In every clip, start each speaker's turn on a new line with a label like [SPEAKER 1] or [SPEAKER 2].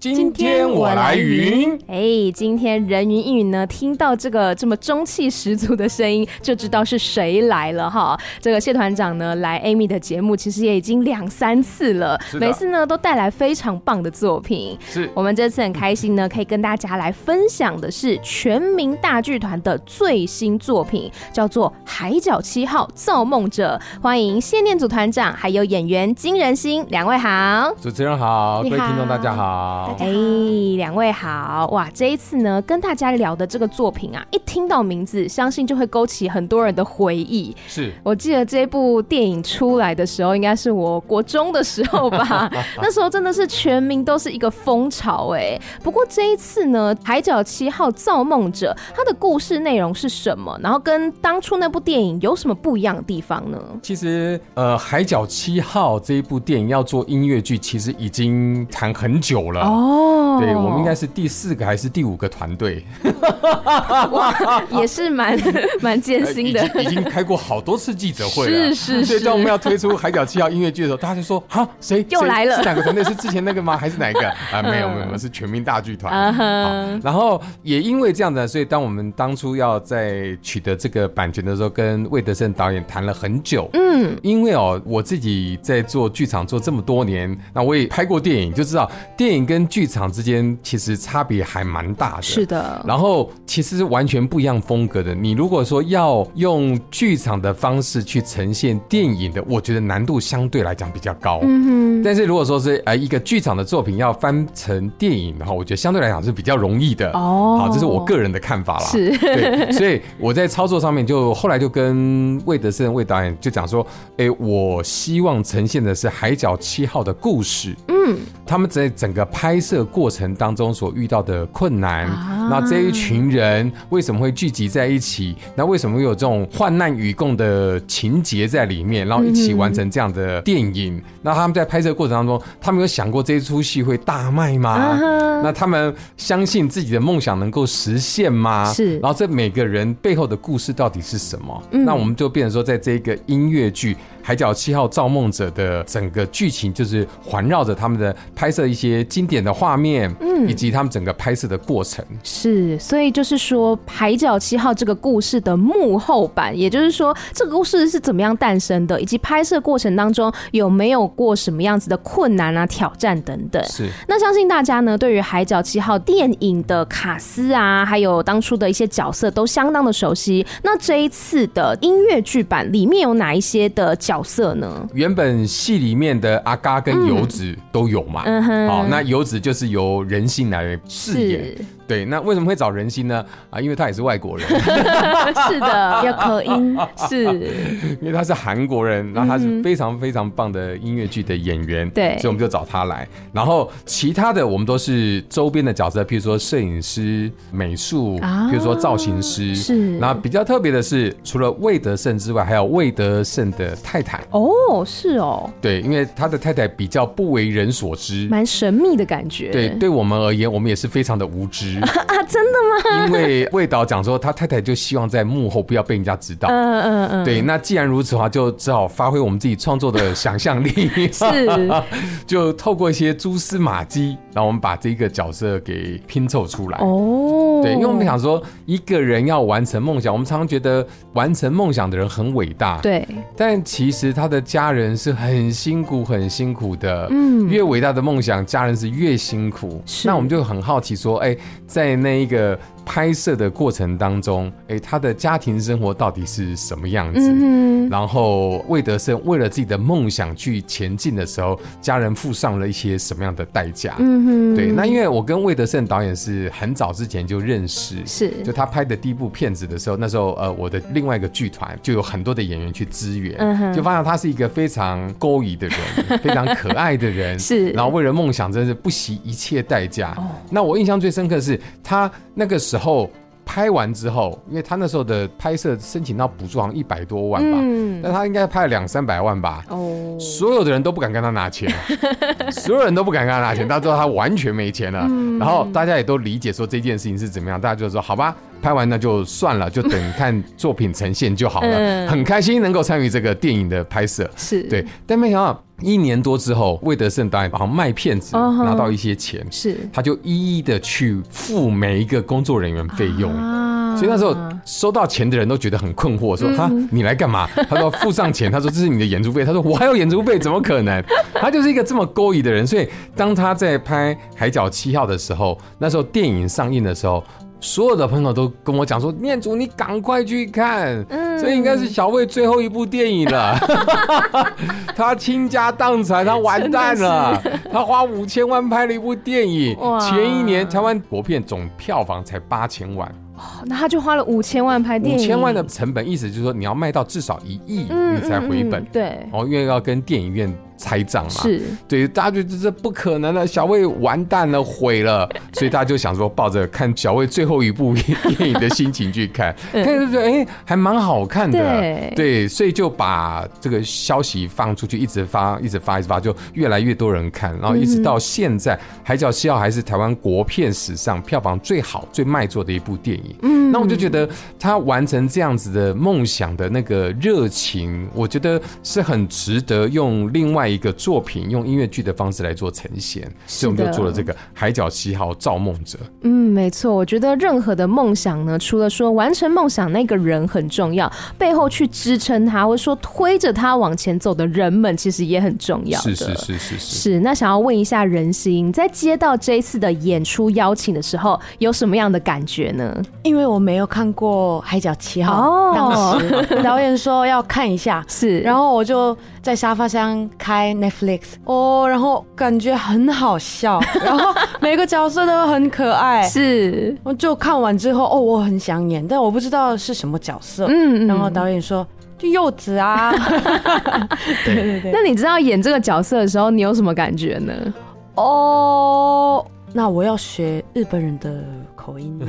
[SPEAKER 1] 今天我来云，
[SPEAKER 2] 哎，今天人云亦云呢，听到这个这么中气十足的声音，就知道是谁来了哈。这个谢团长呢，来 Amy 的节目其实也已经两三次了，
[SPEAKER 1] 是的
[SPEAKER 2] 每次呢都带来非常棒的作品。
[SPEAKER 1] 是
[SPEAKER 2] 我们这次很开心呢，可以跟大家来分享的是全民大剧团的最新作品，叫做《海角七号造梦者》。欢迎谢念祖团长还有演员金仁心两位好。
[SPEAKER 1] 主持人好，
[SPEAKER 2] 你
[SPEAKER 1] 各
[SPEAKER 2] 好
[SPEAKER 1] 位听众大家好。
[SPEAKER 2] 哎，两位好哇！这一次呢，跟大家聊的这个作品啊，一听到名字，相信就会勾起很多人的回忆。
[SPEAKER 1] 是
[SPEAKER 2] 我记得这部电影出来的时候，应该是我国中的时候吧， 那时候真的是全民都是一个风潮哎、不过这一次呢，《海角七号造梦者》它的故事内容是什么？然后跟当初那部电影有什么不一样的地方呢？
[SPEAKER 1] 其实，呃，《海角七号》这一部电影要做音乐剧，其实已经谈很久了。
[SPEAKER 2] 哦
[SPEAKER 1] 对，我们应该是第四个还是第五个团队？
[SPEAKER 2] 也是蛮蛮艰
[SPEAKER 1] 呃
[SPEAKER 2] 辛的。
[SPEAKER 1] 已经已经开过好多次记者会
[SPEAKER 2] 是
[SPEAKER 1] 了。
[SPEAKER 2] 是
[SPEAKER 1] 所以
[SPEAKER 2] 是
[SPEAKER 1] 当我们要推出《海角七号》音乐剧的时候，大家就说：“啊，谁
[SPEAKER 2] 又
[SPEAKER 1] 谁
[SPEAKER 2] 来了嗯
[SPEAKER 1] 是哪个团队？是之前那 个吗？还是哪一个？”啊，没有没有没有，是全民大剧团。
[SPEAKER 2] 啊哈
[SPEAKER 1] 好然后也因为这样子，啊所以当我们当初要在取得这个版权的时候，跟魏德胜导演谈了很久。
[SPEAKER 2] 嗯，
[SPEAKER 1] 因为哦，我自己在做剧场做这么多年，那我也拍过电影，就知道电影跟剧场之间其实差别还蛮大的。
[SPEAKER 2] 是的，
[SPEAKER 1] 然后其实是完全不一样风格的。你如果说要用剧场的方式去呈现电影的，我觉得难度相对来讲比较高。
[SPEAKER 2] 嗯
[SPEAKER 1] 但是如果说是呃一个剧场的作品要翻成电影的话，我觉得相对来讲是比较容易的。
[SPEAKER 2] 哦
[SPEAKER 1] 好，这是我个人的看法啦。
[SPEAKER 2] 是
[SPEAKER 1] 对，所以我在操作上面就后来就跟魏德胜魏导演就讲说，哎、我希望呈现的是《海角七号》的故事。
[SPEAKER 2] 嗯，
[SPEAKER 1] 他们在整个拍摄过程当中所遇到的困难，
[SPEAKER 2] 啊
[SPEAKER 1] 那这一群人为什么会聚集在一起？那为什么会有这种患难与共的情节在里面？然后一起完成这样的电影？那他们在拍摄过程当中，他们有想过这一出戏会大卖吗？
[SPEAKER 2] 啊哈
[SPEAKER 1] 那他们相信自己的梦想能够实现吗？
[SPEAKER 2] 是
[SPEAKER 1] 啊
[SPEAKER 2] 嗯
[SPEAKER 1] 然后这每个人背后的故事到底是什么？那我们就变成说，在这个音乐剧《海角七号造梦者》的整个剧情，就是环绕着他们的拍摄一些经典的画面，嗯，以及他们整个拍摄的过程。
[SPEAKER 2] 是，所以就是说，《海角七号》这个故事的幕后版，也就是说，这个故事是怎么样诞生的，以及拍摄过程当中有没有过什么样子的困难啊、挑战等等。
[SPEAKER 1] 是
[SPEAKER 2] 那相信大家呢，对于《海角七号》电影的卡斯啊，还有当初的一些角色都相当的熟悉。那这一次的音乐剧版里面有哪一些的角色呢？
[SPEAKER 1] 原本戏里面的阿嘎跟游子都有嘛，
[SPEAKER 2] 嗯哼
[SPEAKER 1] 好，那游子就是由人性来饰演
[SPEAKER 2] 是。
[SPEAKER 1] 对，那为什么会找人心呢？啊，因为他也是外国人，
[SPEAKER 2] 是的，
[SPEAKER 3] 有口 音，
[SPEAKER 2] 是
[SPEAKER 1] 因为他是韩国人，然后他是非常非常棒的音乐剧的演员，
[SPEAKER 2] 嗯对
[SPEAKER 1] 所以我们就找他来。然后其他的我们都是周边的角色，譬如说摄影师、美术，
[SPEAKER 2] 啊
[SPEAKER 1] 譬如说造型师。
[SPEAKER 2] 是
[SPEAKER 1] 那比较特别的是，除了魏德胜之外，还有魏德胜的太太。
[SPEAKER 2] 哦，是哦，
[SPEAKER 1] 对，因为他的太太比较不为人所知。
[SPEAKER 2] 蛮神秘的感觉。
[SPEAKER 1] 对，对我们而言，我们也是非常的无知
[SPEAKER 2] 啊， 真的吗？
[SPEAKER 1] 因为魏导讲说，他太太就希望在幕后不要被人家知道。
[SPEAKER 2] 嗯嗯嗯，
[SPEAKER 1] 对，那既然如此的话，就只好发挥我们自己创作的想象 力，
[SPEAKER 2] 是
[SPEAKER 1] 就透过一些蛛丝马迹，然后我们把这个角色给拼凑出来。
[SPEAKER 2] 哦，
[SPEAKER 1] 对，因为我们想说，一个人要完成梦想，我们常常觉得完成梦想的人很伟大，
[SPEAKER 2] 对
[SPEAKER 1] 但其实他的家人是很辛苦、很辛苦的。
[SPEAKER 2] 嗯
[SPEAKER 1] 越伟大的梦想，家人是越辛苦。
[SPEAKER 2] 是
[SPEAKER 1] 那我们就很好奇说，哎、在那一个拍摄的过程当中，哎、他的家庭生活到底是什么样子？
[SPEAKER 2] 嗯哼，
[SPEAKER 1] 然后魏德胜为了自己的梦想去前进的时候，家人付上了一些什么样的代价？
[SPEAKER 2] 嗯哼，
[SPEAKER 1] 对，那因为我跟魏德胜导演是很早之前就认识，
[SPEAKER 2] 是
[SPEAKER 1] 就他拍的第一部片子的时候，那时候呃我的另外一个剧团就有很多的演员去支援，
[SPEAKER 2] 嗯哼
[SPEAKER 1] 就发现他是一个非常勾引的人，非常可爱 的人，
[SPEAKER 2] 是哦
[SPEAKER 1] 然后为了梦想真是不惜一切代价。那我印象最深刻的是他那个时候。拍完之后，因为他那时候的拍摄申请到补助好像一百多万吧，
[SPEAKER 2] 嗯，
[SPEAKER 1] 但他应该拍了两三百万吧。
[SPEAKER 2] 哦，
[SPEAKER 1] 所有的人都不敢跟他 拿钱，所有人都不敢跟他拿钱，大家知道他完全没钱了。
[SPEAKER 2] 嗯
[SPEAKER 1] 然后大家也都理解说这件事情是怎么样，大家就说好吧，拍完那就算了，就等看作品呈现就好了。
[SPEAKER 2] 嗯
[SPEAKER 1] 很开心能够参与这个电影的拍摄，
[SPEAKER 2] 是，
[SPEAKER 1] 对，。但没想到一年多之后，魏德胜导演好像卖片子
[SPEAKER 2] 嗯哼
[SPEAKER 1] 拿到一些钱，
[SPEAKER 2] 是
[SPEAKER 1] 他就一一的去付每一个工作人员费用。
[SPEAKER 2] 啊
[SPEAKER 1] 所以那时候收到钱的人都觉得很困
[SPEAKER 2] 嗯
[SPEAKER 1] 惑，说：“哈，你来干嘛？”他说：“付上钱。”他说：“这是你的演出费。”他说：“我还有演出费，怎么 可能？”他就是一个这么勾引的人。所以当他在拍《海角七号》的时候，那时候电影上映的时候。所有的朋友都跟我讲说：“念祖，你赶快去看，
[SPEAKER 2] 嗯
[SPEAKER 1] 这应该是小魏最后一部电 影了。他倾家荡产，他完蛋了。他花五千万拍了一部电影
[SPEAKER 2] 哇，
[SPEAKER 1] 前一年台湾国片总票房才八千万，
[SPEAKER 2] 哦那他就花了五千万拍电
[SPEAKER 1] 五
[SPEAKER 2] 影，
[SPEAKER 1] 千万的成本，意思就是说你要卖到至少一亿，
[SPEAKER 2] 嗯，
[SPEAKER 1] 你才回
[SPEAKER 2] 嗯。
[SPEAKER 1] 本
[SPEAKER 2] 嗯对，
[SPEAKER 1] 哦，因为要跟电影院拆账嘛。。
[SPEAKER 2] 是
[SPEAKER 1] 对，大家觉得这不可能了，小魏完蛋了，毁 了，所以大家就想说，抱着看小魏最后一部电影的心情去 看，看就觉得哎，还蛮好看的，
[SPEAKER 2] 嗯对
[SPEAKER 1] 所以就把这个消息放出去，一直发，一直发，一直发，就越来越多人看，然后一直到现在，海角七号》还是台湾国片史上票房最好、最卖座的一部电影。嗯，那我就觉得他完成这样子的梦想的那个热情，我觉得是很值得用另外一个作品，用音乐剧的方式来做呈现。所以我们就做了这个《海角七号》造梦者。
[SPEAKER 2] 嗯，没错，我觉得任何的梦想呢，除了说完成梦想那个人很重要，背后去支撑他，或者说推着他往前走的人们，其实也很重要的。
[SPEAKER 1] 是是是是是。
[SPEAKER 2] 是那想要问一下仁心，在接到这一次的演出邀请的时候，有什么样的感觉呢？
[SPEAKER 3] 因为我没有看过《海角七号》
[SPEAKER 2] 哦
[SPEAKER 3] 当时导演说要看一下，
[SPEAKER 2] 是，
[SPEAKER 3] 然后我就在沙发上开 Netflix 哦，然后感觉很好笑， 然后每个角色都很可爱。
[SPEAKER 2] 是，
[SPEAKER 3] 我就看完之后，哦，我很想演，但我不知道是什么角色。
[SPEAKER 2] 嗯，嗯
[SPEAKER 3] 然后导演说。就柚 子啊，对对对，
[SPEAKER 2] 那你知道演这个角色的时候，你有什么感觉呢？
[SPEAKER 3] 哦，那我要学日本人的 口音，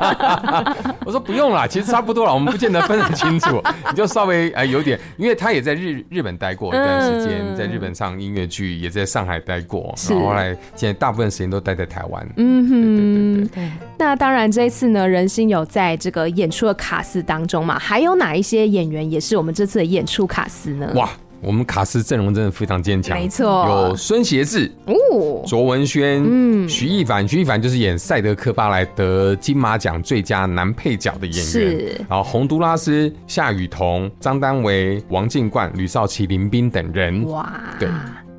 [SPEAKER 1] 我说不用啦，其实差不多了，我们不见得分得 清楚，你就稍微哎有点，因为他也在日日本待过一段时间，
[SPEAKER 2] 嗯
[SPEAKER 1] 在日本上音乐剧，也在上海待过，
[SPEAKER 2] 是
[SPEAKER 1] 然后后来现在大部分时间都待在台湾。
[SPEAKER 2] 嗯哼，
[SPEAKER 1] 对对
[SPEAKER 3] 对，
[SPEAKER 2] 那当然，这一次呢，人心有在这个演出的卡司当中嘛，还有哪一些演员也是我们这次的演出卡司呢？
[SPEAKER 1] 哇，我们卡斯阵容真的非常坚强，
[SPEAKER 2] 嗯没错
[SPEAKER 1] 有孙协志、
[SPEAKER 2] 哦，
[SPEAKER 1] 卓文萱、
[SPEAKER 2] 嗯
[SPEAKER 1] 徐艺凡，徐艺凡就是演《赛德克巴莱》得金马奖最佳男配角的演员。
[SPEAKER 2] 是
[SPEAKER 1] 然后洪都拉斯、夏雨桐、张丹维、王静冠、吕少奇、林斌等人。
[SPEAKER 2] 哇，
[SPEAKER 1] 对。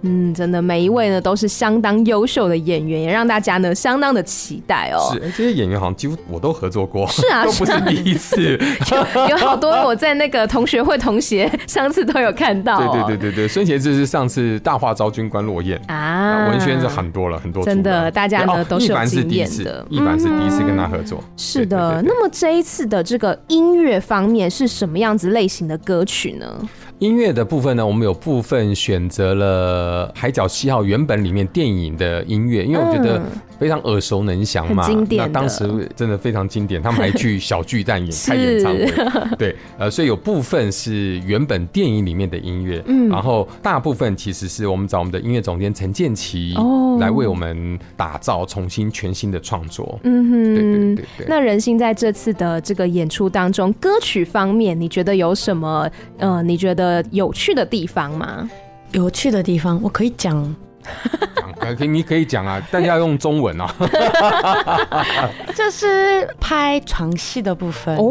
[SPEAKER 2] 嗯，真的，每一位呢都是相当优秀的演员，也让大家呢相当的期待哦。
[SPEAKER 1] 是，哎这些演员好像几乎我都合作过，
[SPEAKER 2] 是啊
[SPEAKER 1] 都不是第 一次。
[SPEAKER 2] 有好多我在那个同学会同学 上次都有看到、
[SPEAKER 1] 对
[SPEAKER 2] 哦。
[SPEAKER 1] 对对对对，孙协志是上次《大话昭君》关落雁。
[SPEAKER 2] 啊，
[SPEAKER 1] 那文轩是很多了，很多组
[SPEAKER 2] 真的
[SPEAKER 1] 了
[SPEAKER 2] 大家呢
[SPEAKER 1] 对哦
[SPEAKER 2] 都是有
[SPEAKER 1] 一凡是
[SPEAKER 2] 经
[SPEAKER 1] 第一
[SPEAKER 2] 验
[SPEAKER 1] 次
[SPEAKER 2] 的，嗯
[SPEAKER 1] 一凡是第一次跟他合作，
[SPEAKER 2] 是
[SPEAKER 1] 对
[SPEAKER 2] 的。
[SPEAKER 1] 对对对
[SPEAKER 2] 那么这一次的这个音乐方面是什么样子类型的歌曲呢？
[SPEAKER 1] 音乐的部分呢，我们有部分选择了《海角七号》原本里面电影的音乐，因为我觉得
[SPEAKER 2] 嗯
[SPEAKER 1] 非常耳熟能详嘛，
[SPEAKER 2] 很经典的
[SPEAKER 1] 那当时真的非常经典，他们还去小巨蛋演
[SPEAKER 2] 是
[SPEAKER 1] 开演唱会， 对，呃，所以有部分是原本电影里面的音乐，
[SPEAKER 2] 嗯
[SPEAKER 1] 然后大部分其实是我们找我们的音乐总监陈建奇
[SPEAKER 2] 哦
[SPEAKER 1] 来为我们打造重新全新的创作。
[SPEAKER 2] 嗯哼，
[SPEAKER 1] 对对对对
[SPEAKER 2] 那人心在这次的这个演出当中，歌曲方面，你觉得有什么呃，你觉得有趣的地方吗？
[SPEAKER 3] 有趣的地方我可以讲
[SPEAKER 1] 讲可以，你可以讲啊，但要用中文啊。
[SPEAKER 3] 这是拍床戏的部分。
[SPEAKER 2] 哦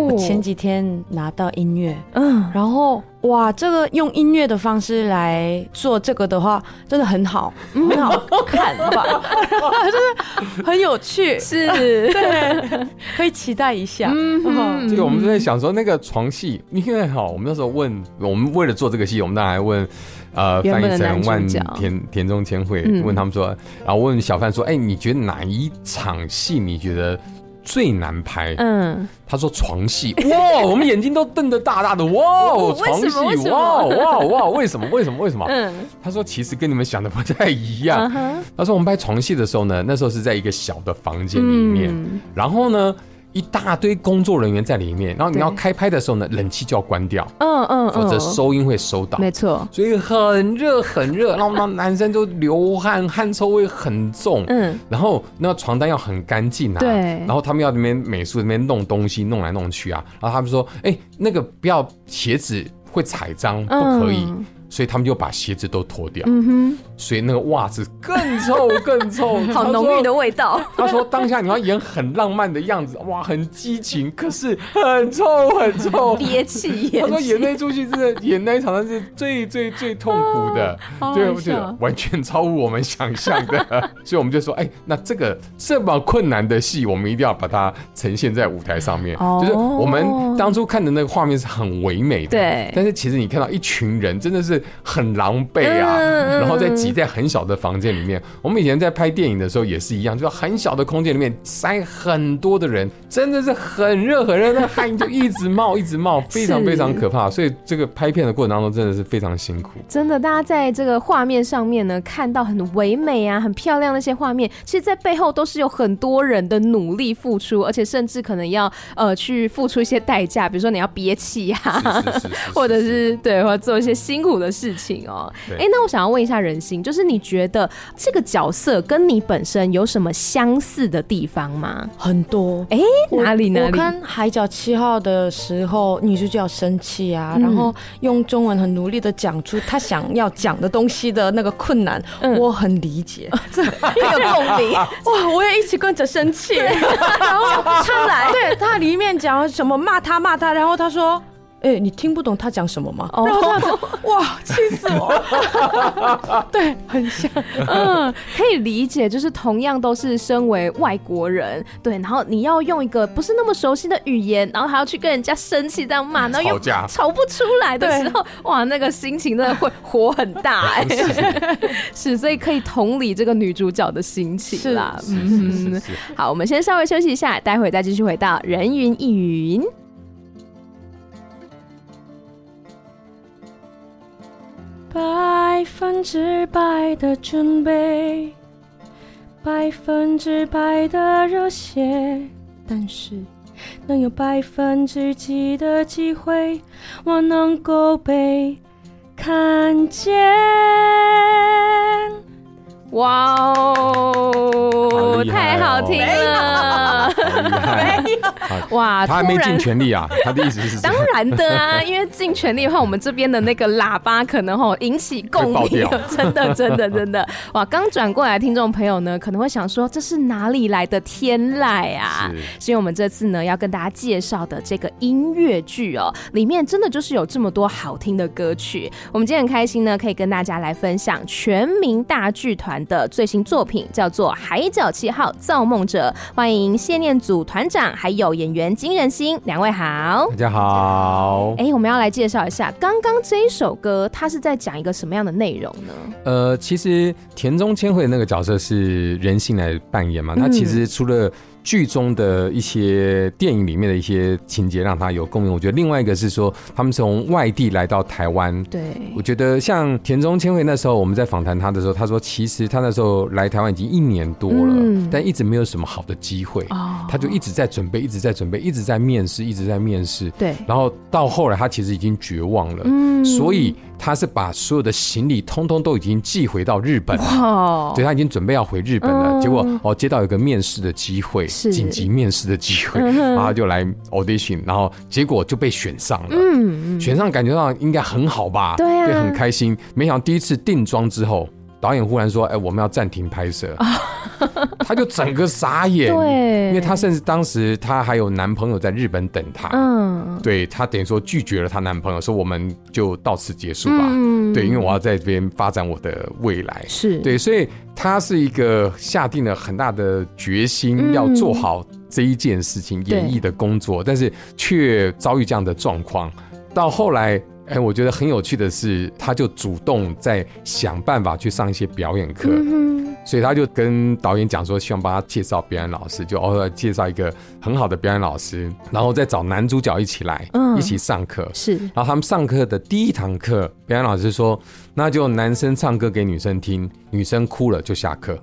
[SPEAKER 3] 我前几天拿到音乐，
[SPEAKER 2] 嗯，
[SPEAKER 3] 然后哇，这个用音乐的方式来做这个的话，真的很好，
[SPEAKER 2] 嗯
[SPEAKER 3] 很好看 吧，就是很有趣，
[SPEAKER 2] 是，
[SPEAKER 3] 对，可以期待一下。
[SPEAKER 2] 嗯哼
[SPEAKER 1] 这个我们就在想说，那个床戏，因为好，我们那时候问，我们为了做这个戏，我们当然还问，呃，
[SPEAKER 2] 原
[SPEAKER 1] 范
[SPEAKER 2] 本的
[SPEAKER 1] 逸臣、
[SPEAKER 2] 男
[SPEAKER 1] 万
[SPEAKER 2] 主角
[SPEAKER 1] 田田中千惠，
[SPEAKER 2] 嗯
[SPEAKER 1] 问他们说，然后问小范说，哎，你觉得哪一场戏你觉得最难拍？
[SPEAKER 2] 嗯，
[SPEAKER 1] 他说床戏，哇，我们眼睛都瞪得大大的，哇，
[SPEAKER 2] 哦 为
[SPEAKER 1] 床
[SPEAKER 2] 什么为
[SPEAKER 1] 戏，
[SPEAKER 2] 什么
[SPEAKER 1] 哇哦哇哇，为什么为什么为什么？
[SPEAKER 2] 嗯啊
[SPEAKER 1] 他说其实跟你们想的不太一样，
[SPEAKER 2] 哼，嗯
[SPEAKER 1] 他说我们拍床戏的时候呢，那时候是在一个小的房间里面，然后呢，一大堆工作人员在里面，然后你要开拍的时候呢，冷气就要关掉，
[SPEAKER 2] 嗯嗯
[SPEAKER 1] 否则
[SPEAKER 2] 嗯，
[SPEAKER 1] 收音会收到。
[SPEAKER 2] 没错，
[SPEAKER 1] 所以很热很热，然后那男生就流汗，汗臭味很重。
[SPEAKER 2] 嗯，
[SPEAKER 1] 然后那床单要很干净啊，
[SPEAKER 2] 对
[SPEAKER 1] 然后他们要那边美术那边弄东西，弄来弄去啊。然后他们说，哎、那个不要鞋子会踩脏，不可以。
[SPEAKER 2] 嗯
[SPEAKER 1] 所以他们就把鞋子都脱掉，
[SPEAKER 2] 嗯
[SPEAKER 1] 所以那个袜子更臭更臭，
[SPEAKER 2] 哼，好浓郁的味道。
[SPEAKER 1] 他说。他说当下你要演很浪漫的样子， 哇，很激情，可是很臭很 臭。
[SPEAKER 2] 憋气
[SPEAKER 1] 他说演
[SPEAKER 2] 气，
[SPEAKER 1] 那出戏真的演那一场，是最最最痛苦的，
[SPEAKER 2] 好
[SPEAKER 1] 对，
[SPEAKER 2] 好
[SPEAKER 1] 我觉
[SPEAKER 2] 笑
[SPEAKER 1] 得完全超乎我们想象 的，所以我们就说，哎，那这个这么困难的戏，我们一定要把它呈现在舞台上面。
[SPEAKER 2] 哦
[SPEAKER 1] 就是我们当初看的那个画面是很唯美的，
[SPEAKER 2] 对
[SPEAKER 1] 但是其实你看到一群人真的是很狼狈啊，
[SPEAKER 2] 嗯嗯嗯
[SPEAKER 1] 然后再挤在很小的房间里面。我们以前在拍电影的时候也是一样，就是很小的空间里面塞很多的人，真的是很热很热，那汗就一直冒一直冒，非常
[SPEAKER 2] 是
[SPEAKER 1] 非常可怕。所以这个拍片的过程当中真的是非常辛苦。
[SPEAKER 2] 真的，大家在这个画面上面呢，看到很唯美啊、很漂亮那些画面，其实，在背后都是有很多人的努力付出，而且甚至可能要呃去付出一些代价，比如说你要憋气 啊，
[SPEAKER 1] 是是是是
[SPEAKER 2] 或者是对，或者做一些辛苦的事情哦。
[SPEAKER 1] 对
[SPEAKER 2] 哎、那我想要问一下仁心，就是你觉得这个角色跟你本身有什么相似的地方吗？
[SPEAKER 3] 很多。
[SPEAKER 2] 哎、
[SPEAKER 3] 我
[SPEAKER 2] 哪里哪
[SPEAKER 3] 我
[SPEAKER 2] 里？
[SPEAKER 3] 看《海角七号》的时候，女主角生气啊，
[SPEAKER 2] 嗯
[SPEAKER 3] 然后用中文很努力的讲出她想要讲的东西的那个困难，
[SPEAKER 2] 嗯
[SPEAKER 3] 我很理解。
[SPEAKER 2] 一个共鸣，
[SPEAKER 3] 哇，我也一起跟着生气，然后出来，对他里面讲什么骂他骂他，然后他说。哎、你听不懂他讲什么吗？然后他说：“哇，气死我！ 对，很像。
[SPEAKER 2] 嗯，可以理解，就是同样都是身为外国人，对，然后你要用一个不是那么熟悉的语言，然后还要去跟人家生气这样骂，然后又
[SPEAKER 1] 嗯吵架
[SPEAKER 2] 吵不出来的时候，哇，那个心情真的会火很大 哎、是，所以可以同理这个女主角的心情啦。嗯
[SPEAKER 1] 是是是是是
[SPEAKER 2] 好，我们先稍微休息一下，待会再继续回到人云亦云。
[SPEAKER 3] 百分之百的准备，百分之百的热血，但是能有百分之几的机会，我能够被看见？
[SPEAKER 2] 哇哦
[SPEAKER 1] 好，厉害
[SPEAKER 2] 太
[SPEAKER 1] 哦
[SPEAKER 2] 好听了！
[SPEAKER 1] 好 厉害，好
[SPEAKER 2] 哇，
[SPEAKER 1] 他还
[SPEAKER 2] 突
[SPEAKER 1] 没尽
[SPEAKER 2] 然
[SPEAKER 1] 全力啊，他的意思 是这
[SPEAKER 2] 当
[SPEAKER 1] 样。
[SPEAKER 2] 然的啊，因为尽全力的话，我们这边的那个喇叭可能吼引起共
[SPEAKER 1] 会爆
[SPEAKER 2] 鸣
[SPEAKER 1] 掉，
[SPEAKER 2] 真的真的真 的，哇！刚转过来的听众朋友呢，可能会想说这是哪里来的天籁啊？
[SPEAKER 1] 是
[SPEAKER 2] 所以我们这次呢要跟大家介绍的这个音乐剧哦，里面真的就是有这么多好听的歌曲。我们今天很开心呢，可以跟大家来分享全民大剧团的最新作品，叫做《海角七号造梦者》。欢迎谢念祖团长还有演员金仁心两位好。
[SPEAKER 1] 大家好，
[SPEAKER 2] 哎、我们要来介绍一下刚刚这一首歌，它是在讲一个什么样的内容呢？
[SPEAKER 1] 呃，其实田中千惠那个角色是人性来扮演嘛，
[SPEAKER 2] 嗯
[SPEAKER 1] 那其实除了剧中的一些电影里面的一些情节让他有共鸣，我觉得另外一个是说他们从外地来到台湾。
[SPEAKER 2] 对
[SPEAKER 1] 我觉得像田中千惠那时候我们在访谈他的时候，他说其实他那时候来台湾已经一年多了，
[SPEAKER 2] 嗯
[SPEAKER 1] 但一直没有什么好的机会，
[SPEAKER 2] 哦
[SPEAKER 1] 他就一直在准备，一直在准备，一直在面试，一直在面试。
[SPEAKER 2] 对，
[SPEAKER 1] 然后到后来，他其实已经绝望了，
[SPEAKER 2] 嗯
[SPEAKER 1] 所以他是把所有的行李通通都已经寄回到日本。
[SPEAKER 2] 哦
[SPEAKER 1] 对，他已经准备要回日本了，
[SPEAKER 2] 嗯
[SPEAKER 1] 结果哦接到一个面试的机会，
[SPEAKER 2] 是
[SPEAKER 1] 紧急面试的机会，
[SPEAKER 2] 嗯哼
[SPEAKER 1] 然后他就来 audition，然后结果就被选上了。
[SPEAKER 2] 嗯嗯，
[SPEAKER 1] 选上感觉到应该很好吧？
[SPEAKER 2] 对啊
[SPEAKER 1] 很开心。没想到第一次定妆之后，导演忽然说：“哎、我们要暂停拍摄。” 他就整个傻眼，
[SPEAKER 2] 对
[SPEAKER 1] 因为他甚至当时她还有男朋友在日本等她，
[SPEAKER 2] 嗯，
[SPEAKER 1] 对她等于说拒绝了她男朋友，说我们就到此结束吧。
[SPEAKER 2] 嗯
[SPEAKER 1] 对，因为我要在这边发展我的未来。
[SPEAKER 2] 是，
[SPEAKER 1] 对，所以她是一个下定了很大的决心
[SPEAKER 2] 嗯
[SPEAKER 1] 要做好这一件事情，
[SPEAKER 2] 对
[SPEAKER 1] 演艺的工作，但是却遭遇这样的状况。到后来，哎，我觉得很有趣的是，她就主动在想办法去上一些表演课。
[SPEAKER 2] 嗯
[SPEAKER 1] 所以他就跟导演讲说，希望帮他介绍表演老师，就偶尔介绍一个很好的表演老师，然后再找男主角一起来，
[SPEAKER 2] 嗯
[SPEAKER 1] 一起上课
[SPEAKER 2] 哼，。是，
[SPEAKER 1] 然后他们上课的第一堂课，表演老师说，那就男生唱歌给女生听，女生哭了就下课。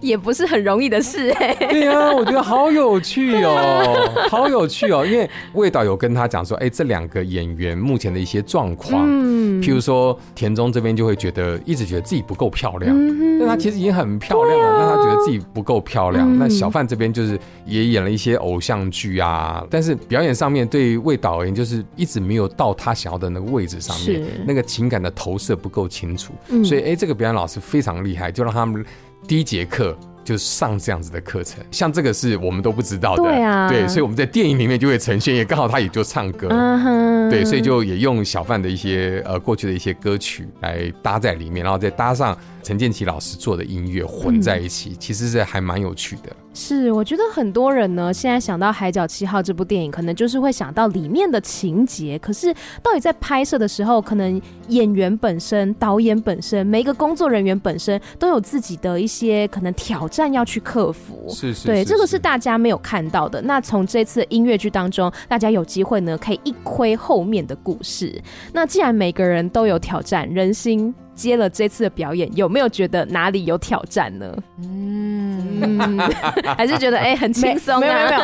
[SPEAKER 2] 也不是很容易的事哎、
[SPEAKER 1] 对呀、我觉得好有趣哦， 好有趣哦，因为味道有跟他讲说，哎、这两个演员目前的一些状况，
[SPEAKER 2] 嗯
[SPEAKER 1] 譬如说田中这边就会觉得一直觉得自己不够漂亮，但她其实已经很漂亮了，但她觉得自己不够漂亮。
[SPEAKER 2] 啊嗯
[SPEAKER 1] 那小范这边就是也演了一些偶像剧啊，但是表演上面对于魏导演就是一直没有到他想要的那个位置上面
[SPEAKER 2] 是，
[SPEAKER 1] 那个情感的投射不够清楚，
[SPEAKER 2] 嗯
[SPEAKER 1] 所以哎、这个表演老师非常厉害，就让他们第一节课。就上这样子的课程，像这个是我们都不知道的，
[SPEAKER 2] 对啊
[SPEAKER 1] 对，所以我们在电影里面就会呈现，也刚好他也就唱歌，
[SPEAKER 2] 嗯哼
[SPEAKER 1] 对，所以就也用小范的一些呃过去的一些歌曲来搭在里面，然后再搭上陈建奇老师做的音乐混在一起，其实是还蛮有趣的。
[SPEAKER 2] 是，我觉得很多人呢，现在想到《海角七号》这部电影，可能就是会想到里面的情节。可是，到底在拍摄的时候，可能演员本身、导演本身、每一个工作人员本身，都有自己的一些可能挑战要去克服。
[SPEAKER 1] 是是
[SPEAKER 2] 对，这个是大家没有看到的。那从这次音乐剧当中，大家有机会呢，可以一窥后面的故事。那既然每个人都有挑战，人心接了这次的表演，有没有觉得哪里有挑战呢？
[SPEAKER 3] 嗯，
[SPEAKER 2] 嗯， 还是觉得哎、很轻松啊。
[SPEAKER 3] 没有没有没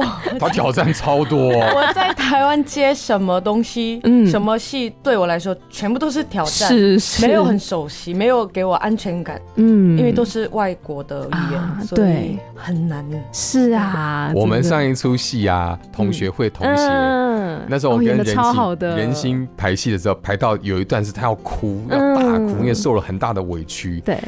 [SPEAKER 3] 有，
[SPEAKER 1] 他挑战 超多、哦。
[SPEAKER 3] 我在台湾接什么东西，
[SPEAKER 2] 嗯
[SPEAKER 3] 什么戏对我来说全部都是挑战，
[SPEAKER 2] 是是
[SPEAKER 3] 没有很熟悉，没有给我安全感，
[SPEAKER 2] 嗯
[SPEAKER 3] 因为都是外国的语言，
[SPEAKER 2] 啊
[SPEAKER 3] 所以
[SPEAKER 2] 对
[SPEAKER 3] 很难。
[SPEAKER 2] 是啊。
[SPEAKER 1] 我们
[SPEAKER 2] 真的
[SPEAKER 1] 上一出戏啊，同学会同学。
[SPEAKER 2] 嗯
[SPEAKER 1] 那时候我
[SPEAKER 2] 哦
[SPEAKER 1] 跟
[SPEAKER 2] 演
[SPEAKER 1] 人
[SPEAKER 2] 的
[SPEAKER 1] 心、
[SPEAKER 2] 超好的
[SPEAKER 1] 人心排戏的时候，排到有一段是他要哭，要
[SPEAKER 2] 嗯
[SPEAKER 1] 大哭，因为受了很大的委屈，
[SPEAKER 2] 对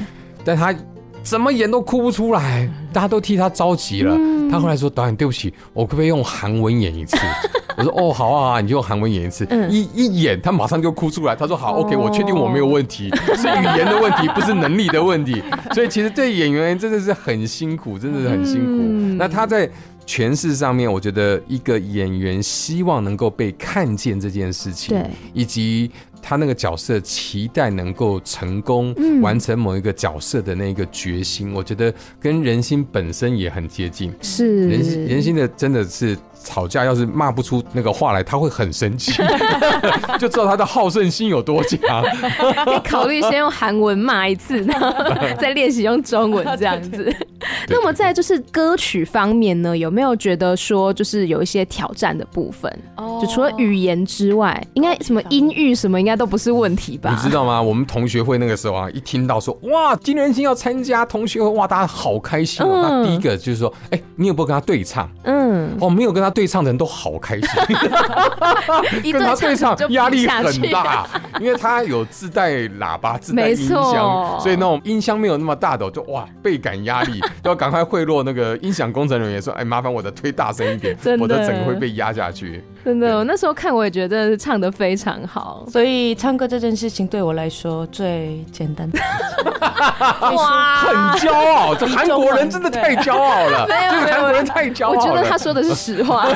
[SPEAKER 1] 但他怎么演都哭不出
[SPEAKER 2] 嗯
[SPEAKER 1] 来，大家都替他着急了。他后来说：“导演，对不起，我可不可以用韩文演一次？” 我说：“哦，好啊，好啊你就用韩文演一次。
[SPEAKER 2] 嗯
[SPEAKER 1] 一一演，他马上就哭出来。他说：“好、
[SPEAKER 2] 哦
[SPEAKER 1] o k 我确定我没有问 题，是语言的问题，不是能力的问题。”所以其实对演员真的是很辛苦，真的是很辛苦。
[SPEAKER 2] 嗯
[SPEAKER 1] 那他在。诠释上面，我觉得一个演员希望能够被看见这件事情，
[SPEAKER 2] 对，
[SPEAKER 1] 以及他那个角色期待能够成功、
[SPEAKER 2] 嗯
[SPEAKER 1] 完成某一个角色的那个决心，我觉得跟人心本身也很接近。
[SPEAKER 2] 是
[SPEAKER 1] 人心人心的真的是吵架，要是骂不出那个话来，他会很 生气，就知道他的好胜心有多强。
[SPEAKER 2] 可以考虑先用韩文骂一次，然 后再练习用中文这样子。 那么在就是歌曲方面呢，有没有觉得说就是有一些挑战的部分？
[SPEAKER 3] 哦
[SPEAKER 2] 就除了语言之外，应该什么音域什么应该都不是问题吧？
[SPEAKER 1] 你知道吗？我们同学会那个时候啊，一听到说哇，金仁心要参加同学会，哇，大家好开心哦。
[SPEAKER 2] 嗯
[SPEAKER 1] 那第一个就是说，哎、你有没有跟他对唱？
[SPEAKER 2] 嗯，
[SPEAKER 1] 哦，没有跟他对唱的人都好开心。
[SPEAKER 2] 一
[SPEAKER 1] 跟
[SPEAKER 2] 对
[SPEAKER 1] 他
[SPEAKER 2] 唱
[SPEAKER 1] 对唱
[SPEAKER 2] 就比
[SPEAKER 1] 压力
[SPEAKER 2] 下
[SPEAKER 1] 很
[SPEAKER 2] 去了。
[SPEAKER 1] 大，因为他有自带喇 叭、自带
[SPEAKER 2] 没
[SPEAKER 1] 音箱
[SPEAKER 2] 错，
[SPEAKER 1] 所以那种音箱没有那么大的，我就哇倍感压 力，要赶快贿赂那个音响工程人员说：“哎，麻烦我的推大声一点
[SPEAKER 2] 真，的
[SPEAKER 1] 我的整个会被压下去。
[SPEAKER 2] 真的，我那时候看我也觉得唱的非常好。
[SPEAKER 3] 所以唱歌这件事情对我来说最简 单的。
[SPEAKER 1] 很
[SPEAKER 2] 哇！
[SPEAKER 1] 骄傲，这韩国人真的太骄傲 了，
[SPEAKER 2] 没有
[SPEAKER 1] 这个
[SPEAKER 2] 没有
[SPEAKER 1] 韩国人太骄傲
[SPEAKER 2] 我觉
[SPEAKER 1] 了，
[SPEAKER 2] 得他说的是 实话，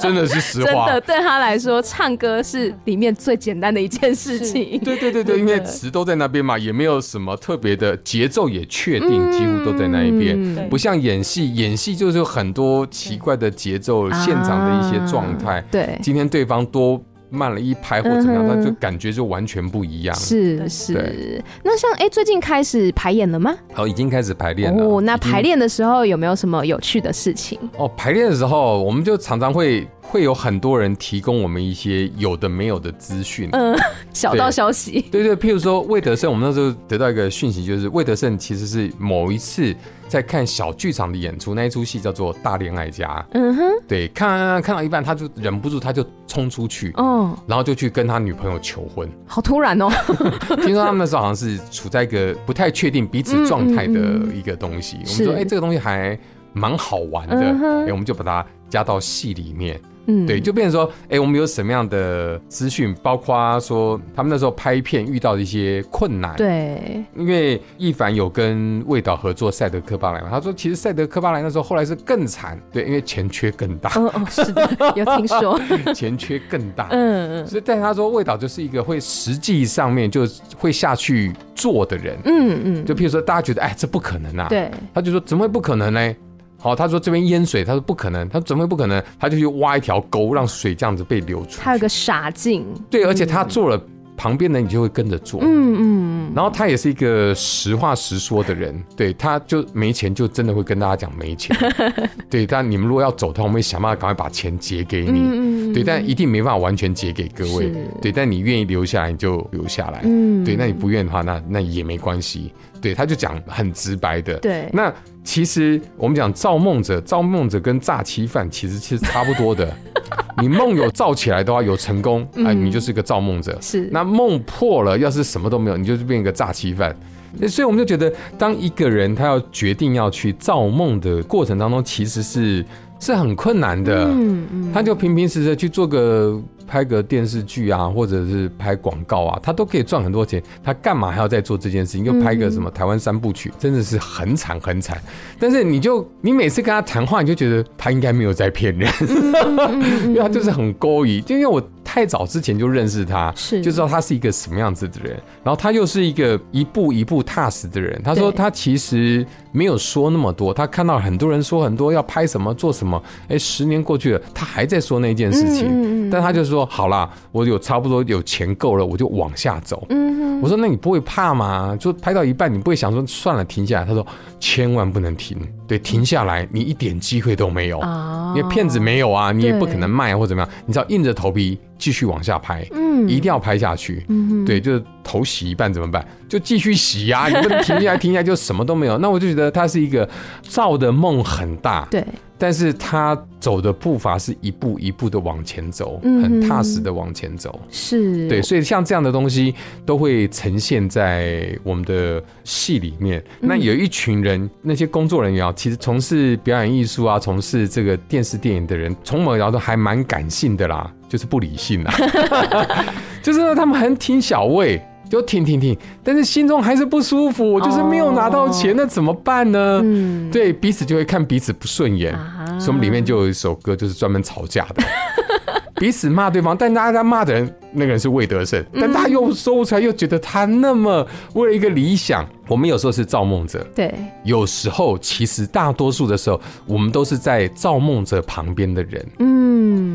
[SPEAKER 1] 真的是实
[SPEAKER 2] 真
[SPEAKER 1] 话
[SPEAKER 2] 的。对他来说，唱歌是里面最简单的一件事情。
[SPEAKER 1] 对对对对，因为词都在那边嘛，也没有什么特别的节奏，也确定几乎都在那一边。
[SPEAKER 2] 嗯
[SPEAKER 3] 对
[SPEAKER 1] 不像演戏，演戏就是有很多奇怪的节奏，现场的一些状态。
[SPEAKER 2] 对，
[SPEAKER 1] 今天对方多慢了一拍或怎么样，
[SPEAKER 2] 嗯
[SPEAKER 1] 那
[SPEAKER 2] 哼
[SPEAKER 1] 就感觉就完全不一样。
[SPEAKER 2] 是
[SPEAKER 3] 对
[SPEAKER 2] 是。那像哎、诶最近开始排演了吗？
[SPEAKER 1] 哦好，已经开始排练了。
[SPEAKER 2] 哦，那
[SPEAKER 1] 已经
[SPEAKER 2] 排练的时候有没有什么有趣的事情？
[SPEAKER 1] 哦，排练的时候，我们就常常会会有很多人提供我们一些有的没有的资讯。
[SPEAKER 2] 嗯，小道消息。
[SPEAKER 1] 对对，譬如说魏德胜，我们那时候得到一个讯息，就是魏德胜其实是某一次在看小剧场的演出，那一出戏叫做《大恋爱家》。
[SPEAKER 2] 嗯哼，
[SPEAKER 1] 对，看看看看到一半，他就忍不住，他就冲出去，
[SPEAKER 2] 哦，
[SPEAKER 1] 然后就去跟他女朋友求婚。
[SPEAKER 2] 好突然哦。
[SPEAKER 1] 听说他们那时候好像是处在一个不太确定彼此状态的一个东西。我们说，
[SPEAKER 2] 嗯是
[SPEAKER 1] 哎、这个东西还蛮好玩的，哎、
[SPEAKER 2] 嗯哼
[SPEAKER 1] 我们就把它加到戏里面。
[SPEAKER 2] 嗯，
[SPEAKER 1] 对，就变成说，哎、我们有什么样的资讯，包括说他们那时候拍片遇到的一些困难。。
[SPEAKER 2] 对，
[SPEAKER 1] 因为一凡有跟魏导合作《赛德克巴莱》嘛，他说其实《赛德克巴莱》那时候后来是更惨，对，因为钱缺更大，
[SPEAKER 2] 嗯哦，是的，有听说。
[SPEAKER 1] 钱缺更大，
[SPEAKER 2] 嗯
[SPEAKER 1] 所以，但他说魏导就是一个会实际上面就会下去做的人。
[SPEAKER 2] 嗯嗯，
[SPEAKER 1] 就譬如说，大家觉得哎，这不可能啊，，
[SPEAKER 2] 对，
[SPEAKER 1] 他就说怎么会不可能呢？好，他说这边淹水，他说不可能，他说怎么会不可能？他就去挖一条沟，让水这样子被流出去。
[SPEAKER 2] 他有个傻劲。
[SPEAKER 1] 对，而且他做了旁边的你就会跟着做。
[SPEAKER 2] 嗯嗯，
[SPEAKER 1] 然后他也是一个实话实说的人，对，他就没钱就真的会跟大家讲 没钱，对。但你们如果要走的话，我们会想办法赶快把钱结给你，
[SPEAKER 2] 嗯嗯嗯
[SPEAKER 1] 对。但一定没办法完全结给各位
[SPEAKER 2] 是，
[SPEAKER 1] 对。但你愿意留下来，你就留下来，
[SPEAKER 2] 嗯
[SPEAKER 1] 对。那你不愿的话，那那也没关系，对。他就讲很直白的，
[SPEAKER 2] 对
[SPEAKER 1] 那其实我们讲造梦者，造梦者跟诈欺犯其实其实差不多的。 你梦有造起来的话，有成功，
[SPEAKER 2] 嗯
[SPEAKER 1] 哎、你就是个造梦者。
[SPEAKER 2] 是
[SPEAKER 1] 那梦破了，要是什么都没有，你就是变一个诈欺犯。所以我们就觉得，当一个人他要决定要去造梦的过程当中，其实是是很困难的。
[SPEAKER 2] 嗯嗯，
[SPEAKER 1] 他就平平实实地去做个拍个电视剧啊，或者是拍广告啊，他都可以赚很多钱，他干嘛还要再做这件事情？又拍个什么台湾三部曲，真的是很惨很惨。但是你就你每次跟他谈话，你就觉得他应该没有在骗人，
[SPEAKER 2] 嗯
[SPEAKER 1] 因为他就是很勾引。就因为我太早之前就认识他，
[SPEAKER 2] 是
[SPEAKER 1] 就知道他是一个什么样子的人，然后他又是一个一步一步踏实的人。他说
[SPEAKER 2] 对
[SPEAKER 1] 他其实没有说那么多，他看到很多人说很多要拍什么做什么，哎，十年过去了，他还在说那件事情，
[SPEAKER 2] 嗯嗯嗯
[SPEAKER 1] 但他就说好啦，我有差不多有钱够了，我就往下走。
[SPEAKER 2] 嗯
[SPEAKER 1] 我说：“那你不会怕吗？就拍到一半，你不会想说算了停下来？”他说：“千万不能停，对，停下来你一点机会都没有。
[SPEAKER 2] 哼啊
[SPEAKER 1] 因为骗子没有啊，你也不
[SPEAKER 2] 对
[SPEAKER 1] 可能卖或怎么样，你只要硬着头皮继续往下拍，
[SPEAKER 2] 嗯
[SPEAKER 1] 一定要拍下去。对，就是头洗一半怎么办？就继续洗呀、你不能停下来，停下来就什么都没有。那我就觉得他是一个造的梦很大，
[SPEAKER 2] 对
[SPEAKER 1] 但是他走的步伐是一步一步的往前走，
[SPEAKER 2] 嗯
[SPEAKER 1] 很踏实的往前走。
[SPEAKER 2] 是，
[SPEAKER 1] 对，所以像这样的东西都会呈现在我们的戏里面。
[SPEAKER 2] 嗯
[SPEAKER 1] 那有一群人，那些工作人员啊，其实从事表演艺术啊，从事这个电视电影的人，从某角度还蛮感性的啦，就是不 理性啦，啊 就是呢，他们很挺小魏。就挺挺挺，但是心中还是不舒服，我就是没有拿到钱，
[SPEAKER 2] 哦
[SPEAKER 1] 那怎么办呢？
[SPEAKER 2] 嗯
[SPEAKER 1] 对彼此就会看彼此不顺眼，
[SPEAKER 2] 啊
[SPEAKER 1] 所以我们里面就有一首歌就是专门吵架的，彼此骂对方，但大家骂的人那个人是魏德胜，但
[SPEAKER 2] 嗯
[SPEAKER 1] 大家又说不出来，又觉得他那么为了一个理想，我们有时候是造梦者，
[SPEAKER 2] 对
[SPEAKER 1] 有时候其实大多数的时候，我们都是在造梦者旁边的人。
[SPEAKER 2] 嗯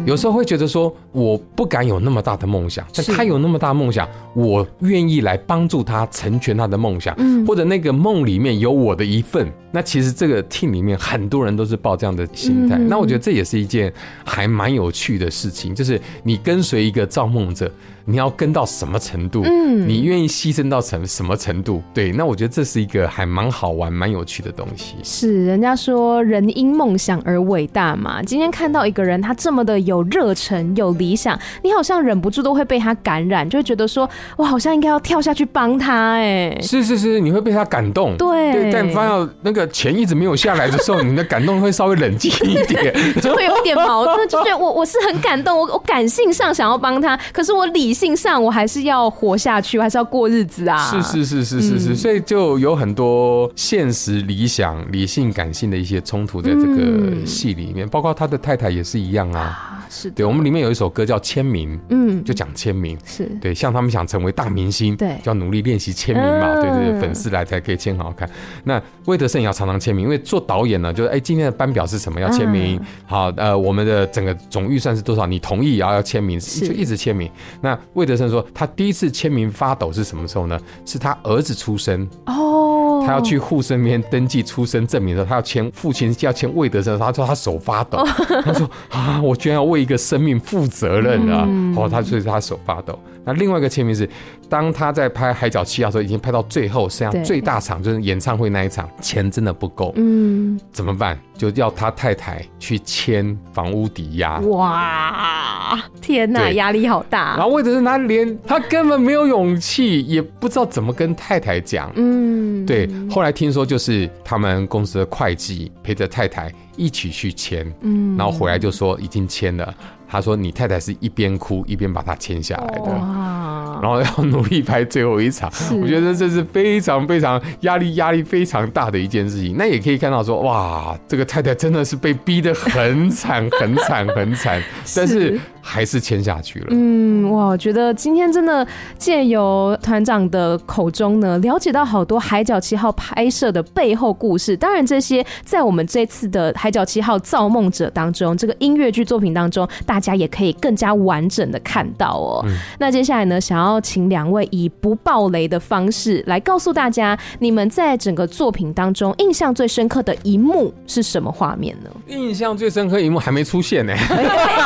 [SPEAKER 1] 有时候会觉得说，我不敢有那么大的梦想，但
[SPEAKER 2] 是
[SPEAKER 1] 他有那么大梦想，我愿意来帮助他成全他的梦想，
[SPEAKER 2] 嗯
[SPEAKER 1] 或者那个梦里面有我的一份。那其实这个 team 里面很多人都是抱这样的心态，
[SPEAKER 2] 嗯
[SPEAKER 1] 那我觉得这也是一件还蛮有趣的事情，就是你跟随一个造梦者，你要跟到什么程度，
[SPEAKER 2] 嗯
[SPEAKER 1] 你愿意牺牲到成什么程度？对，那我觉得这是一个还蛮好玩、蛮有趣的东西。
[SPEAKER 2] 是，人家说人因梦想而伟大嘛。今天看到一个人，他这么的有热忱、有理想，你好像忍不住都会被他感染，就会觉得说，我好像应该要跳下去帮他、哎，
[SPEAKER 1] 是是是，你会被他感动。
[SPEAKER 2] 对
[SPEAKER 1] 对，但发现那个钱一直没有下来的时候，你的感动会稍微冷静一点。
[SPEAKER 2] 就会有点矛盾，就觉得我我是很感动，我我感性上想要帮他，可是我理性上我还是要活下去，我还是要过日子啊。嗯
[SPEAKER 1] 是是是是是是，所以就有很多现实、理想、理性、感性的一些冲突在这个
[SPEAKER 2] 嗯
[SPEAKER 1] 戏里面，包括他的太太也是一样啊。
[SPEAKER 2] 啊，是的，
[SPEAKER 1] 对，我们里面有一首歌叫《签名》，
[SPEAKER 2] 嗯，
[SPEAKER 1] 就讲签名。
[SPEAKER 2] 是
[SPEAKER 1] 对，像他们想成为大明星，
[SPEAKER 2] 对
[SPEAKER 1] 就要努力练习签名嘛，
[SPEAKER 2] 嗯
[SPEAKER 1] 对对对，粉丝来才可以签好看。那魏德胜也要常常签名，因为做导演呢，就是哎今天的班表是什么要签名，
[SPEAKER 2] 嗯
[SPEAKER 1] 好呃我们的整个总预算是多少，你同意然后要签名，
[SPEAKER 2] 是
[SPEAKER 1] 就一直签名。那魏德胜说他第一次签名发抖是什么时候呢？是他儿子出生，
[SPEAKER 2] 哦，
[SPEAKER 1] 他要去户身边登记出生证明的时候，他要签父亲要签魏德胜，他说他手发
[SPEAKER 2] 哦
[SPEAKER 1] 抖，他说啊，我居然要为一个生命负责任啊！
[SPEAKER 2] 嗯
[SPEAKER 1] 哦，他所以他手发抖。那另外一个签名是，当他在拍《海角七号》的时候，已经拍到最后，剩下
[SPEAKER 2] 对
[SPEAKER 1] 最大场就是演唱会那一场，钱真的不够，
[SPEAKER 2] 嗯，
[SPEAKER 1] 怎么办？就要他太太去签房屋抵押。
[SPEAKER 2] 哇，天哪，
[SPEAKER 1] 啊对
[SPEAKER 2] 压力好大。
[SPEAKER 1] 然后魏德胜他连他根本没有勇气，也不知道怎么跟太太讲。
[SPEAKER 2] 嗯，
[SPEAKER 1] 对，后来听说就是他们公司的会计陪着太太一起去签，
[SPEAKER 2] 嗯
[SPEAKER 1] 然后回来就说已经签了。他说你太太是一边哭一边把它签下来
[SPEAKER 2] 哦
[SPEAKER 1] 的。
[SPEAKER 2] 哇，
[SPEAKER 1] 然后要努力拍最后一场，我觉得这是非常非常压力压力非常大的一件事情。那也可以看到说，哇，这个太太真的是 被逼得很惨很惨很惨，但是还是签下去了。
[SPEAKER 2] 嗯，哇，我觉得今天真的借由团长的口中呢，了解到好多《海角七号》拍摄的背后故事。当然，这些在我们这次的《海角七号造梦者》当中，这个音乐剧作品当中，大家也可以更加完整的看到哦。那接下来呢，想要请两位以不爆雷的方式来告诉大家，你们在整个作品当中印象最深刻的一幕是什么画面呢？
[SPEAKER 1] 印象最深刻一幕还没出现呢、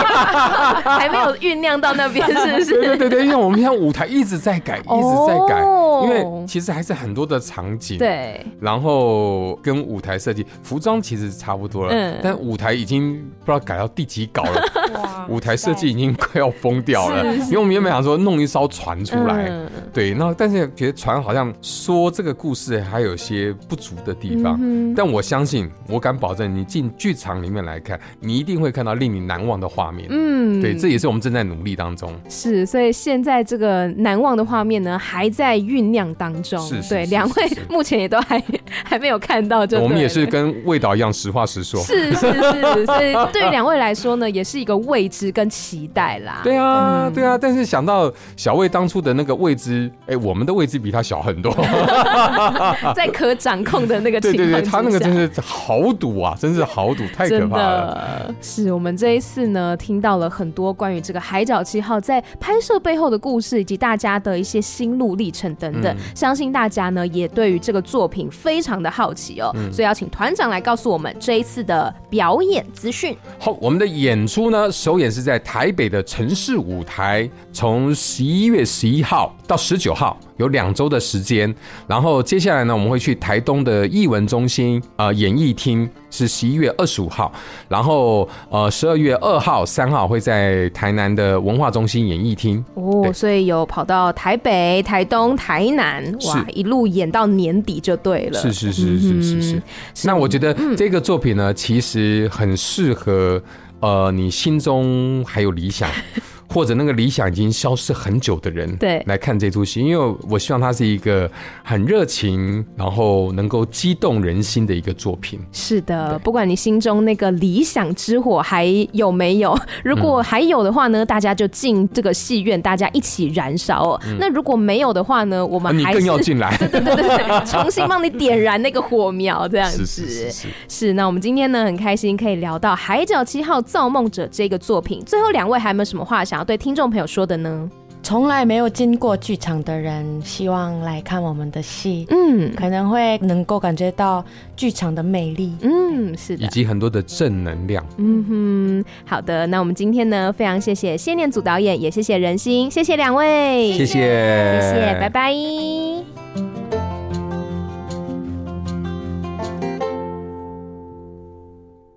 [SPEAKER 2] 还没有酝酿到那边，是不是？
[SPEAKER 1] 对对对对，因为我们现在舞台一直在改，一直在改，
[SPEAKER 2] 哦
[SPEAKER 1] 因为其实还是很多的场景。。
[SPEAKER 2] 对，
[SPEAKER 1] 然后跟舞台设计、服装其实差不多了，
[SPEAKER 2] 嗯
[SPEAKER 1] 但舞台已经不知道改到第几稿了，
[SPEAKER 3] 哇
[SPEAKER 1] 舞台设计已经快要疯掉了。因为我们原本想说弄一艘船出来，
[SPEAKER 2] 嗯
[SPEAKER 1] 对，那但是觉得船好像说这个故事还有些不足的地
[SPEAKER 2] 嗯
[SPEAKER 1] 方，但我相信，我敢保证，你进剧场里面来看，你一定会看到令你难忘的画面。
[SPEAKER 2] 嗯
[SPEAKER 1] 对，这也是我们正在努力当中。
[SPEAKER 2] 是，所以现在这个难忘的画面呢，还在酝酿当中。
[SPEAKER 1] 是是
[SPEAKER 2] 对，
[SPEAKER 1] 是
[SPEAKER 2] 两位
[SPEAKER 1] 是
[SPEAKER 2] 目前也都还 还没有看到就对了，
[SPEAKER 1] 我们也是跟魏导一样，实话实说。
[SPEAKER 2] 是是是，所以对于两位来说呢，也是一个未知跟期待啦。
[SPEAKER 1] 对啊，
[SPEAKER 2] 嗯
[SPEAKER 1] 对啊，但是想到小魏当初的那个位置，哎，我们的位置比他小很 多。
[SPEAKER 2] 在可掌控的那个情
[SPEAKER 1] 对对
[SPEAKER 2] 况
[SPEAKER 1] 对，他那个
[SPEAKER 2] 之下
[SPEAKER 1] 真是豪赌啊，真是豪赌，太可
[SPEAKER 2] 真
[SPEAKER 1] 怕了。
[SPEAKER 2] 的是我们这一次呢，听到了很多关于这个《海角七号》在拍摄背后的故事，以及大家的一些心路历程等等。
[SPEAKER 1] 嗯
[SPEAKER 2] 相信大家呢也对于这个作品非常的好奇哦，
[SPEAKER 1] 嗯
[SPEAKER 2] 所以要请团长来告诉我们这一次的表演资讯。
[SPEAKER 1] 好，我们的演出呢，首演是在台北的城市舞台，从十一月十一号到十九号，有两周的时间。然后接下来呢，我们会去台东的艺文中心呃演艺厅，是十一月二十五号。然后呃十二月二号、三号会在台南的文化中心演艺厅。
[SPEAKER 2] 哦，
[SPEAKER 1] 对
[SPEAKER 2] 所以有跑到台北、台东、台南，哇
[SPEAKER 1] 是，
[SPEAKER 2] 一路演到年底就对了。嗯
[SPEAKER 1] 是是是是是是。那我觉得这个作品呢，其实很适合呃你心中还有 理想。或者那个理想已经消失很久的人，
[SPEAKER 2] 对
[SPEAKER 1] 来看这出戏，因为我希望它是一个很热情，然后能够激动人心的一个作品。
[SPEAKER 2] 是的，不管你心中那个理想之火还有没有，
[SPEAKER 1] 嗯
[SPEAKER 2] 如果还有的话呢，大家就进这个戏院，大家一起燃烧哦。那如果没有的话呢，我
[SPEAKER 1] 嗯啊
[SPEAKER 2] 们
[SPEAKER 1] 你
[SPEAKER 2] 还是
[SPEAKER 1] 更要进 来，
[SPEAKER 2] 对对对对，重新帮你点燃那个火苗，这样子。
[SPEAKER 1] 是是是是。
[SPEAKER 2] 是那我们今天呢很开心可以聊到《海角七号造梦者》这个作品。最后两位还有没有什么话想要对听众朋友说的呢？
[SPEAKER 3] 从来没有进过剧场的人，希望来看我们的戏，
[SPEAKER 2] 嗯
[SPEAKER 3] 可能会能够感觉到剧场的魅力。
[SPEAKER 2] 嗯，是
[SPEAKER 1] 以
[SPEAKER 2] 的。
[SPEAKER 1] 及很多的正能量。
[SPEAKER 2] 嗯哼，好的，那我们今天呢，非常谢谢谢念祖导演，也谢谢仁心，谢谢两位，
[SPEAKER 1] 谢谢，
[SPEAKER 2] 谢谢，拜拜。